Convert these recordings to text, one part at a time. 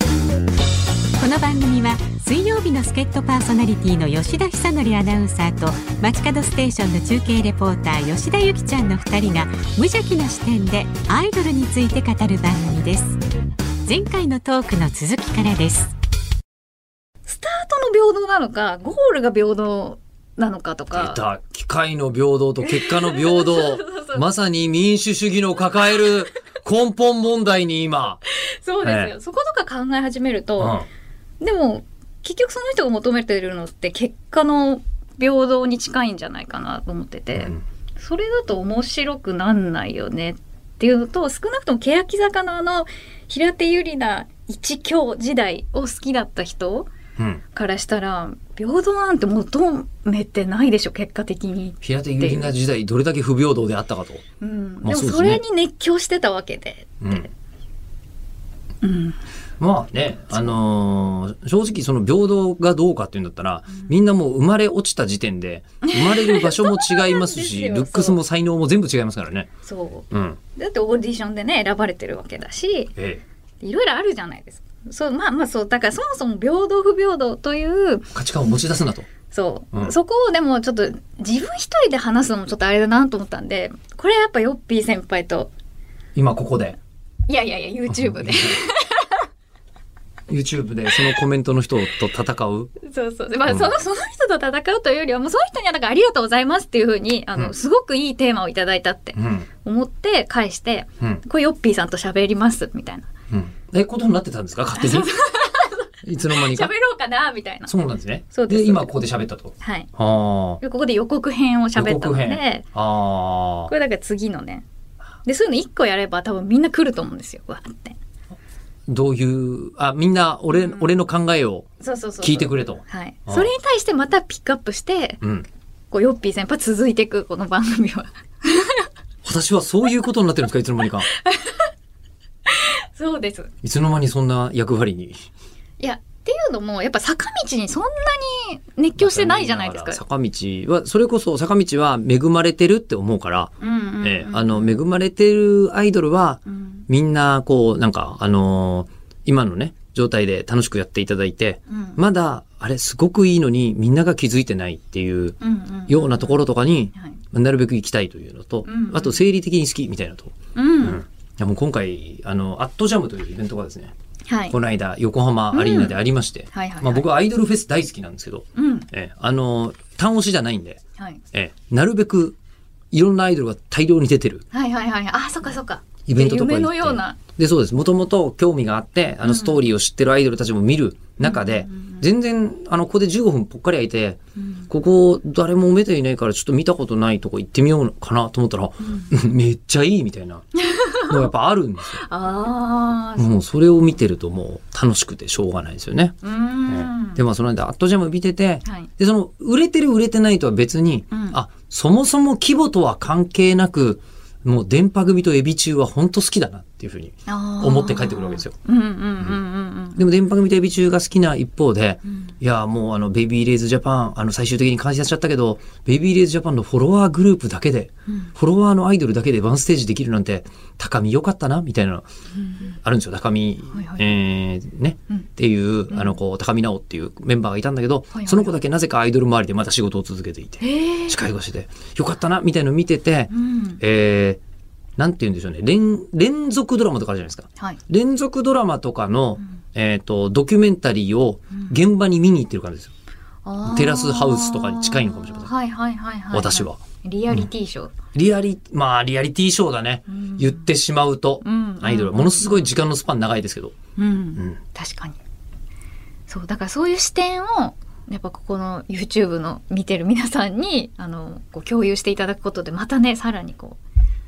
この番組は水曜日の助っ人パーソナリティの吉田久典アナウンサーと街角ステーションの中継レポーター吉田由紀ちゃんの2人が無邪気な視点でアイドルについて語る番組です前回のトークの続きからですスタートの平等なのか、ゴールが平等なのかと出か。た機械の平等と結果の平 等まさに民主主義の抱える根本問題に今、そうですよ。えそことか考え始めるうんと、でも、結局その人が求めてるのって結果の平等に近いんじゃないかなと思ってて、うんそれだと面白くなんないよねっていうのと、少なくとも欅坂のあの、平手友梨奈一強時代を好きだった人うんからしたら、平等なんて求めてないでしょ、結果的に。平手友梨奈時代どれだけ不平等であったかと、うん。でまあもそうですねそれに熱狂してたわけで。うん、うん。まあねあのー正直その平等がどうかっていうんだったら、みんなもう生まれ落ちた時点で生まれる場所も違いますし そうなんですよルックスも才能も全部違いますからねそううんだってオーディションでね選ばれてるわけだしえいろいろあるじゃないですかそうまあまあそうだからそもそも平等不平等というえ価値観を持ち出すなとそう、うんそこをでもちょっと自分一人で話すのもちょっとあれだなと思ったんでこれやっぱヨッピー先輩と今ここでいやいやいや YouTube で YouTube でそのコメントの人と戦うそうそうまあうんそのその人と戦うというよりはもうその人にはなんかありがとうございますっていうふうにあの、うんすごくいいテーマをいただいたってうん思って返してうんこれヨッピーさんと喋りますみたいなうん、えことになってたんですか勝 手にいつの間にか喋ろうかなみたいなそうなんですねそうです今ここで喋ったとはいああここで予告編を喋ったの予告編であこれだから次のね。で、そういうの一個やれば多分みんな来ると思うんですよ。わーって。ーどういうあみんな俺,、うん俺の考えをそうそうそう。聞いてくれとはい。ああそれに対してまたピックアップして、うんこう、ヨッピー先輩続いていく、この番組は。私はそういうことになってるんですかいつの間にか そうです。いつの間にそんな役割にいや、っていうのも、やっぱ坂道にそんなに熱狂してないじゃないですか。坂道はそれこそ坂道は恵まれてるって思うから、うんうん、うん。ええあの恵まれてるアイドルはうん。みんなこうなんかあのー今のね状態で楽しくやっていただいてうん。まだ、あれ、すごくいいのに、みんなが気づいてないっていううんうん。ようなところとかに、はい。なるべく行きたいというのとうんう、んあと、生理的に好きみたいなと。うん。うんいや、もう今回、あの、アットジャムというイベントがですね、はいこ。の間、横浜アリーナでありまして、はいはいはいまあ僕はアイドルフェス大好きなんですけど、うん。ええ、あの、単押しじゃないんで、はい。ええ、なるべく、いろんなアイドルが大量に出てるはいはいはい。あ、そっかそっか。イベントとか行っ夢てのような。で、そうです。もともと興味があって、あの、ストーリーを知ってるアイドルたちも見る中で、全然、あの、ここで15分ぽっかり空いて、ここ誰も見ていないからちょっと見たことないとこ行ってみようかなと思ったら、めっちゃいいみたい なのやっぱあるんですああ。よ。もうそれを見てるともう楽しくてしょうがないですよね。うーん。で、まあその間、アットジャム見てて、はい。で、その、売れてる売れてないとは別に、うんあ、そもそも規模とは関係なく、もう電波組とエビ中は本当好きだなっていうふうに思思って帰ってくるわけですよ。うんうんうんうんでも電波組とエビ中が好きな一方で、いや、もうあの、ベイビーレイズジャパン、あの、最終的に感謝しちゃったけど、ベイビーレイズジャパンのフォロワーグループだけで、フォロワーのアイドルだけでワンステージできるなんて、高見良かったな、みたいなの、あるんですよ。高見、はいはいえー、ね、うんっていう、あの、こう、高見直っていうメンバーがいたんだけどいはい、その子だけなぜかアイドル周りでまた仕事を続けていて、ええ司会越しで、よかったな、みたいなの見ててう、んえー、なんて言うんでしょうね、連、連続ドラマとかあるじゃないですか。はい連続ドラマとかの、えっ、と、ドキュメンタリーを現場に見に行ってる感じですよ。あーテラスハウスとかに近いのかもしれませんはいはいはいはい私はリアリティショーリアリ、まあ、リアリティショーだね。ん言ってしまうと、うんアイドルはものすごい時間のスパン長いですけど。うん、うん確かにそうだからそういう視点をやっぱここの YouTube の見てる皆さんにあのこう共有していただくことでまたねさらにこ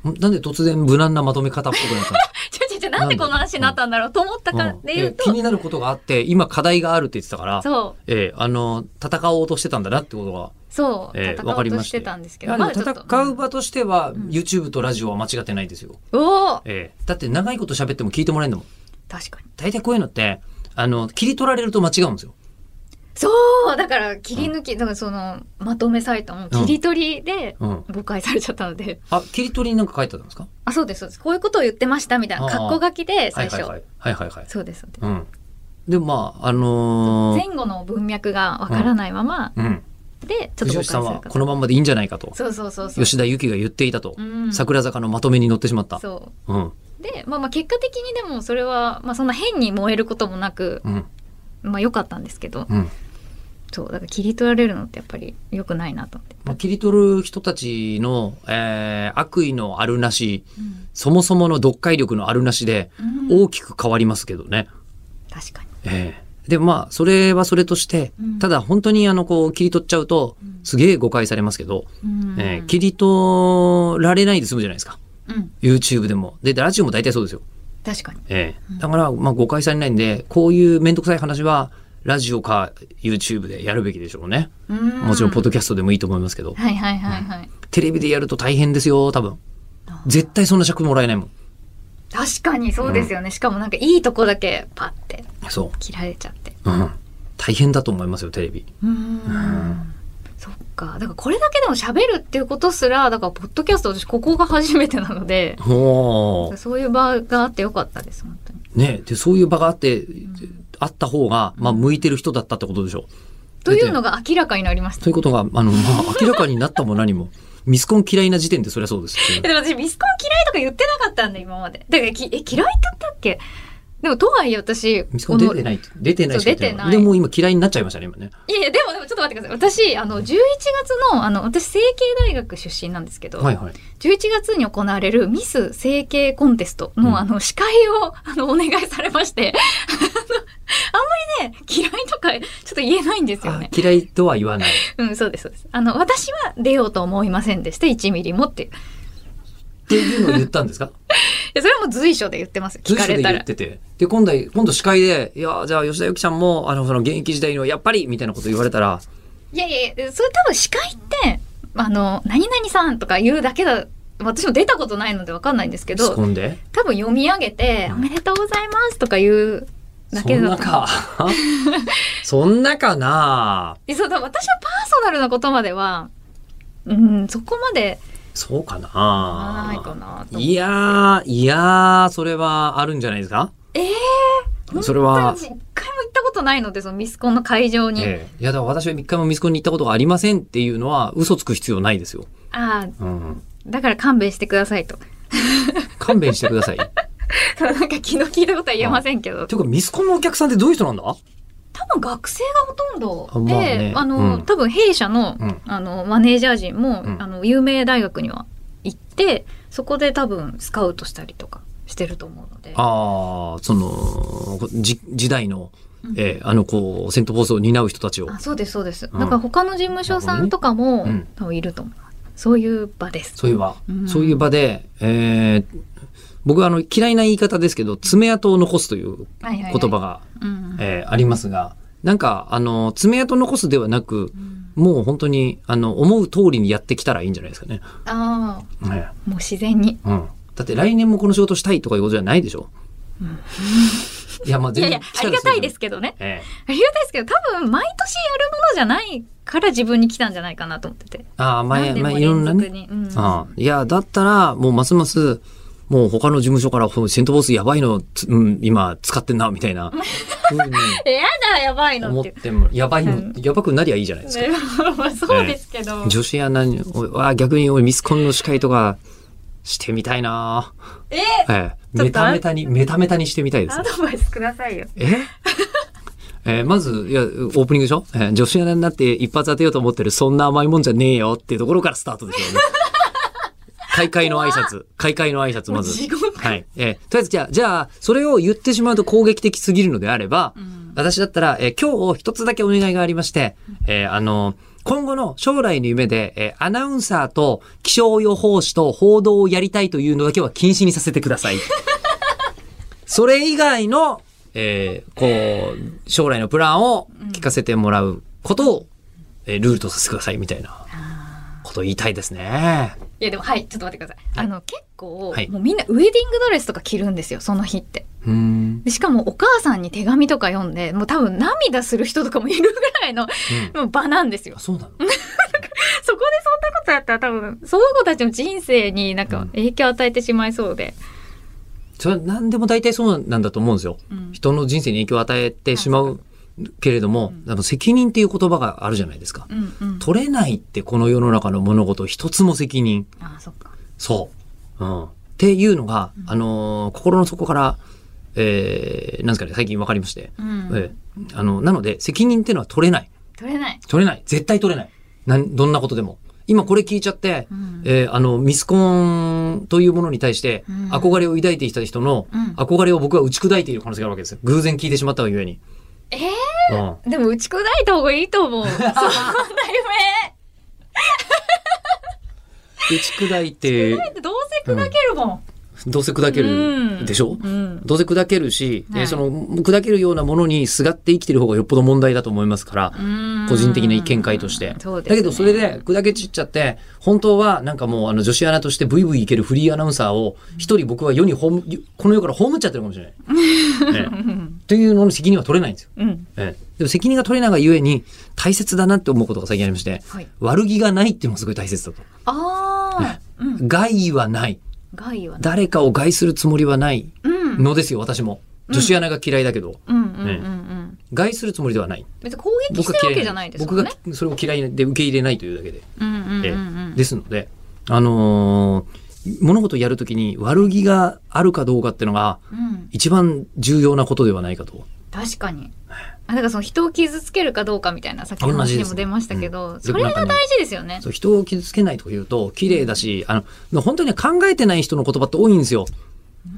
うなんで突然無難なまとめ方っぽくなったのちょちょちょなんでこの話に なったんだろうと思ったかうんで言うえ気と、になることがあって、今課題があるって言ってたから、そうええあの、戦おうとしてたんだなってことが、そう、ええ戦わおかうりとまししててたんですけいどやでもまだちょっと戦う場としては、YouTube とラジオは間違ってないですよ。おおええだって長いこと喋っても聞いてもらえんだもん。確かに大体こういうのって、あの、切り取られると間違うんですよ。そうだから切り抜き、だからそのまとめサイトも切り取りでうん。誤解されちゃったので、あ、切り取りになんか書いてあったんですかあそうですそうですこういうことを言ってましたみたいなあー括弧書きで最初、はいはいはい。はいはいはい。そうですそうです、うん。で、まあ、あのー、前後の文脈がわからないままうん。でちょっと誤藤解吉すさるんかはこのまんまでいいんじゃないかと、そうそうそうそう吉田由紀が言っていたとう、ん桜坂のまとめに乗ってしまった。そうん。うで、まあ、まあ結果的にでもそれは、まあ、そんな変に燃えることもなく、うん。まあ、良かったんですけどうん。そうだから切り取られるのってやっぱり良くないなと思って、まあ、切り取る人たちの、えー、悪意のあるなし、そもそもの読解力のあるなしでうん大きく変わりますけどね。確かにええで、まあ、それはそれとして、うんただ本当にあの、こう、切り取っちゃうと、すげえ誤解されますけど、うんええ切り取られないで済むじゃないですか。うん、 YouTube でも。で、ラジオも大体そうですよ。確かにええだから、まあ、誤解されないんで、こういうめんどくさい話は、ラジオか YouTube でやるべきでしょうね。もちろん、ポッドドキャストでもいいと思いますけど、はいはいはいはい、テレビでやると大変ですよ、多分あ。絶対そんな尺もらえないもん。確かにそうですよね、しかもなんかいいとこだけパッてそ切られちゃってう。うん。大変だと思いますよ、テレビ。うーんそっかだからこれだけでも喋るっていうことすらだからポッドキャスト私ここが初めてなのでおーそういう場があってよかったです本当にねで、そういう場があって、あった方が、まあ、向いてる人だったってことでしょう。というのが明らかになりましたということが、あの、まあ、明らかになったも何も、ミスコン嫌いな時点でそりゃそうですよえでねも私ミスコン嫌いとか言ってなかったんで今までだからきえ嫌いって言ったっけでもとはいえ私ミスコこン出のてないって。出てないしか言っそてう出てないでも今嫌いになっちゃいましたね、今ね。いやいやでもでもちょっと待ってください私あの11月のあの私成形大学出身なんですけど、はいはい。 11月に行われるミス整形コンテストの、うんあの司会を あのお願いされまして あのあんまりね嫌いとかちょっと言えないんですよあね。嫌いとは言わない。うんそうですそうです。あの私は出ようと思いませんでした1ミリもっていういっていうのを言ったんですかやそれはもう随所で言ってます 聞随か所れでた言らっ。てて。で、今度、今度司会で、いや、じゃあ吉田由紀ちゃんも、あの、その現役時代のやっぱり、みたいなこと言われたら、いやいやそれ多分司会ってあの何々さんとか言うだけだ私も出たことないのでわかんないんですけミスどコンで。多分読み上げて「おめでとうございます」とか言うだそけんだなとか。 そんなかないやそうだ私はパーソナルなことまでは、うん、そこまでそうかないかななと。いやー、いやー、それはあるんじゃないですかええー、それは本当に一回も行ったことないので、そのミスコンの会場に。ええ、いやだから私は一回もミスコンに行ったことがありませんっていうのは嘘つく必要ないですよ。ああ、うん、だから勘弁してくださいと。 勘弁 してください。てそうなんか気の利いたことは言えませんけど、いうかミスコンのお客さんってどういう人なんだ多分学生がほとんどで、あまあねあの、うん多分弊社の、うんあの、マネージャー陣も、うんあの、有名大学には行って、そこで多分スカウトしたりとかしてると思うので。ああ、そのじ時代の、うんええあのこうセント・フォースを担う人たちをあそうですそうです、うんだから他の事務所さんとかも、なるほどね多分いると思いますそういう場ですそういえば、うんそういう場で、ええ僕はあの嫌いな言い方ですけど爪痕を残すというはいはいはい言葉が、うんうんええありますがなんかあの爪痕残すではなくうんもう本当にあの思う通りにやってきたらいいんじゃないですかね。ああええもう自然にうん。だって来年もこの仕事したいとかいうことじゃないでしょ。いや、まあいや全い然や来あたりがらそれたじゃいないですけどねええ。ありがたいですけど多分毎年やるものじゃないから自分に来たんじゃないかなと思っててああ、前、何年まあもいろんな連続ね。にうんああいや、だったら、もうますます、もう他の事務所から、ほうセントボスやばいの、つうん、今使ってんな、みた いな、ふうにえやだやばいの思っってても、やばいのうん、やばくなりゃいいじゃないですか。ねまあ そうですけど、女子アナに、おあ逆に俺ミスコンの司会とか、してみたいなえええ、ちょっとメタメタに、メタメタにしてみたいですねア。ドバイスくださいよえ えーまず、いや、オープニングでしょ、えー女子アナになって一発当てようと思ってる、そんな甘いもんじゃねえよっていうところからスタートですよね。開会の挨拶、開会の挨拶、まず。もう地獄はい。えーとりあえず、じゃあ、じゃあ、それを言ってしまうと攻撃的すぎるのであれば、ん私だったら、えー今日一つだけお願いがありまして、えーあの今後の将来の夢で、えーアナウンサーと気象予報士と報道をやりたいというのだけは禁止にさせてください。それ以外の、えーこう、将来のプランを聞かせてもらうことを、えールールとさせてくださいみたいなことを言いたいですね。いやでもはいちょっと待ってください、はいあの結構、はいもうみんなウェディングドレスとか着るんですよその日ってううん。でしかもお母さんに手紙とか読んでもう多分涙する人とかもいるぐらいの もう場なんですよあ、。そうなのそこでそんなことやったら多分その子たちの人生になんうかん影響を与えてしまいそうで。それは何でも大体そうなんだと思うんですよ。うん人の人生に影響を与えてしまうけれども、あの責任っていう言葉があるじゃないですか。うんうん、取れないってこの世の中の物事一つも責任。ああそっか。そう。うん。っていうのが、あのー心の底から、えー、なんですかね、最近分かりまして。うんええあの、なので、責任っていうのは取れない。取れない。取れない。絶対取れない。なん、どんなことでも。今これ聞いちゃって、うんえーあの、ミスコンというものに対してうん、憧れを抱いていた人のうん、憧れを僕は打ち砕いている可能性があるわけですよ。偶然聞いてしまったがゆえに。えうんー、でも打ち砕いた方がいいと 思う。そんな夢。打ち砕いて、どうせ砕けるもん。どうせ砕けうんるでしょうんどうせ砕けるし、はいえーその、砕けるようなものにすがって生きてる方がよっぽど問題だと思いますから、個人的な見解として。そうですねだけどそれで砕け散っちゃって、本当はなんかもうあの女子アナとしてブイブイいけるフリーアナウンサーを一人僕は世にほこの世から葬っちゃってるかもしれない。 ええうんというのの責任は取れないんですよ。うん。ええでも責任が取れないがゆえに大切だなって思うことが最近ありまして、はい。悪気がないっていうのもすごい大切だと。ああ、うん。害意はない。害はね。誰かを害するつもりはないうん。のですよ、私も。女子アナが嫌いだけど、うんうんうんうん。害するつもりではない。別に攻撃してるわけじゃないです僕もんがね。それを嫌いで受け入れないというだけで。うんうんうええんですので、あのー物事をやるときに悪気があるかどうかっていうのがうん。うん。一番重要なことではないかと。確かに。あ、だからその人を傷つけるかどうかみたいな、さっきの話にも出ましたけど、同じそですねれうんが大事ですよね。そう人を傷つけないというと綺麗だし、あの、本当にね考えてない人の言葉って多いんですよ。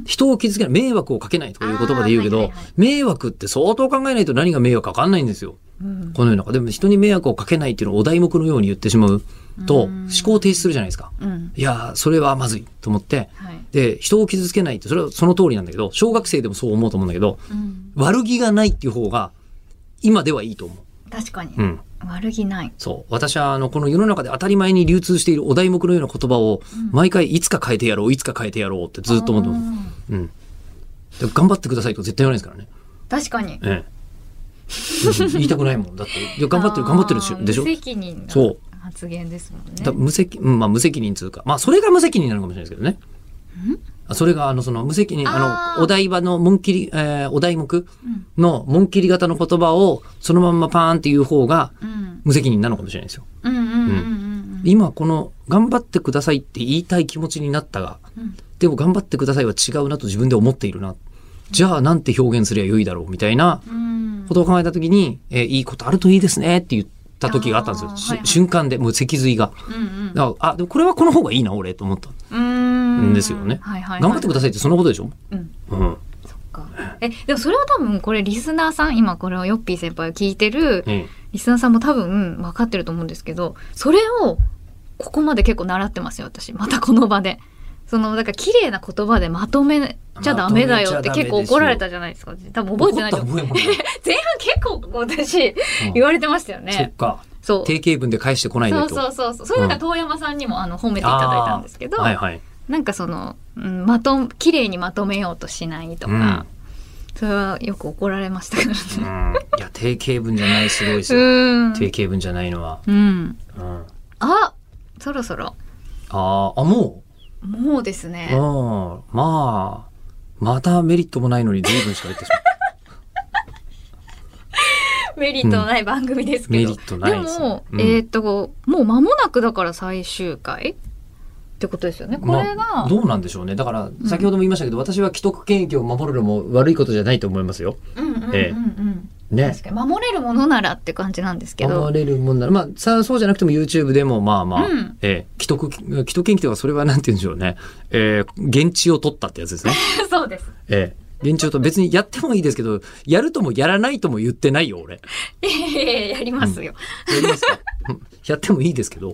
人を傷つけない、迷惑をかけないという言葉で言うけど、あーはいはいはい迷惑って相当考えないと何が迷惑かわかんないんですよ。うん。この世の中。でも人に迷惑をかけないっていうのをお題目のように言ってしまうと、う思ん考停止するじゃないですか。うん。いやー、それはまずいと思って、はい。で、人を傷つけないって、それはその通りなんだけど、小学生でもそう思うと思うんだけど、うん。悪気がないっていう方が、今ではいいと思確かにう。う。ん。悪気ない。そう。私は、あの、この世の中で当たり前に流通しているお題目のような言葉を、毎回、いつか変えてやろう、いつか変えてやろうってずっと思ってます。あうん。で頑張ってくださいと絶対言わないですからね。ー確かに。ええ。うん言いたくないもん。だって、いや頑張ってる、頑張ってるでしょあーでしょ無責任なそう発言ですもんね。だ無責うんまあ無責任つうかまあそれが無責任なのかもしれないですけどね。あそれがあのその無責任ああーのお題場の文切り、えーお題目うんの文切り型の言葉をそのまんまパーンっていう方がうん。無責任なのかもしれないですよ。うんうんうんうんうん。今この頑張ってくださいって言いたい気持ちになったがうんでも頑張ってくださいは違うなと自分で思っているな。じゃあなんて表現すりゃ良いだろうみたいなうんことを考えた時に、えーいいことあるといいですねって言った時があったんですあよ。ーしはいはい瞬間でもう脊髄が。うんだからあでもこれはこの方がいいな俺と思った。うんんですよねはいはいはい頑張ってくださいってそんなことでしょ、うんうん、そっかえでもそれは多分これリスナーさん今これをヨッピー先輩を聞いてるええリスナーさんも多分分かってると思うんですけどそれをここまで結構習ってますよ私またこの場で。そのだから綺麗な言葉でまとめちゃダメだよってまとめち結ゃダメですよ構怒られたじゃないですか多分覚えてないと思う怒っ た覚えもない前半結構私うん言われてましたよそっねかそう定型文で返してこないでそとうそうそうそうそれなんか遠山さんにもあの褒めていただいたんですけど、はいはいなんかその、うん、まと綺麗にまとめようとしないとか、それはよく怒られましたけどね。うん、いや定型文じゃないすごいですうよん。定型文じゃないのは、うん。うん、ああ、そろそろーあももうですう、ね。うんまあまたメリットもないのに随分しか言って しまうメリットのない番組ですけメど。リットないですねも、うんえーっともう間もなくだから最終回ってことですよね。これが、まあどうなんでしょうねだから先ほども言いましたけど、私は既得権益を守るのも悪いことじゃないと思いますようんうんうんうん。ええね確かに守れるものならって感じなんですけど守れるもんなら、まあ、さそうじゃなくても YouTube でもまあまあ、うん えー既得、既得権益とかそれはなんて言うんでしょうね、えー、現地を取ったってやつですね。そうですえー、現地を取別にやってもいいですけど、やるともやらないとも言ってないよ、俺。やいやいやいややりますよ、りますかうんやってもいいですけど。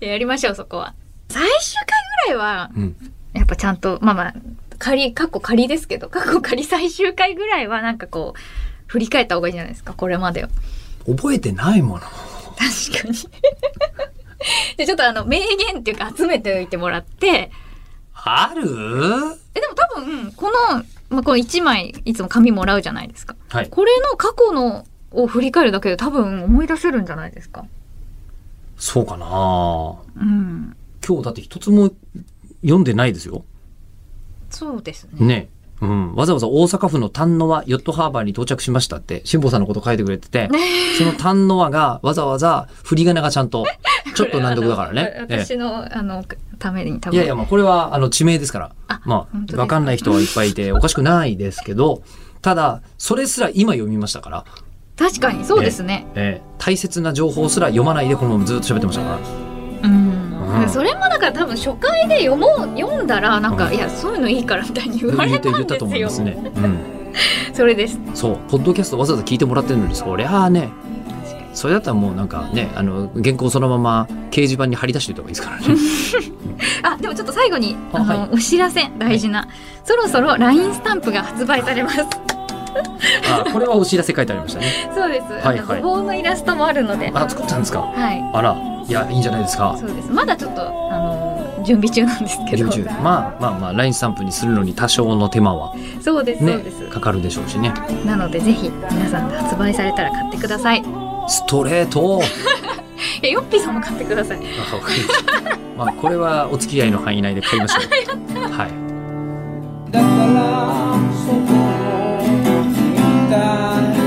いややりましょうそこは最終回ぐらいはうん。やっぱちゃんと、まあまあ、仮、過去仮ですけど、過去仮最終回ぐらいはなんかこう、振り返った方がいいじゃないですか、これまでを。覚えてないもの。確かに。で、ちょっとあの、名言っていうか集めておいてもらって、あるえ、でも多多分この、まあ、この1枚いつも紙もらうじゃないですかはい。これの過去のを振り返るだけで多分思い出せるんじゃないですか。そうかなうん、今日だって一つも読んでないですよ。そうですね。ね。うん。わざわざ大阪府の丹野はヨットハーバーに到着しましたって、辛坊さんのこと書いてくれ てて、その丹野はがわざわざ振り仮名がちゃんと、ちょっと難読だからね。あの 私の、あのために多い分。やいや、まあこれは、あの、地名ですから。あま本当ですあ、かわかんない人はいっぱいいて、おかしくないですけど、ただ、それすら今読みましたから、確かにそうですね。ええ大切な情報すら読まないで、このままずっと喋ってましたから。うんうんそれもだから多分初回で読もう読んだらなんか、うんいやそう いうのいいからみたいに言わ言れってた言んったと思いでますすよ。ね。うん。それです。そう、ポッドキャストわざわざ聞いてもらってるのに、そりゃあね、それだったらもうなんかね、あの、原稿そのまま掲示板に貼り出しておいた方がいいですからね。あでもちょっと最後にああの、はお知らせ大事な、そろそろ LINE スタンプが発売されます。 あ、これはお知らせ書いてありましたね。そうです。はいはいあのごぼうのイラストもあるので。あ、作ったんですかはい。あら、いや、いいんじゃないですか。そうです。まだちょっとあの準備中なんですけど。優柔まあまあまあ、ラインスタンプにするのに多少の手間はそうです、そうねです、。かかるでしょうしね。なのでぜひ皆さんが発売されたら買ってください。ストレ ートえヨッピーさんも買ってください。あわかりましたまあこれはお付き合いの範囲内で買い ましょう。はい。だからそこを聞いた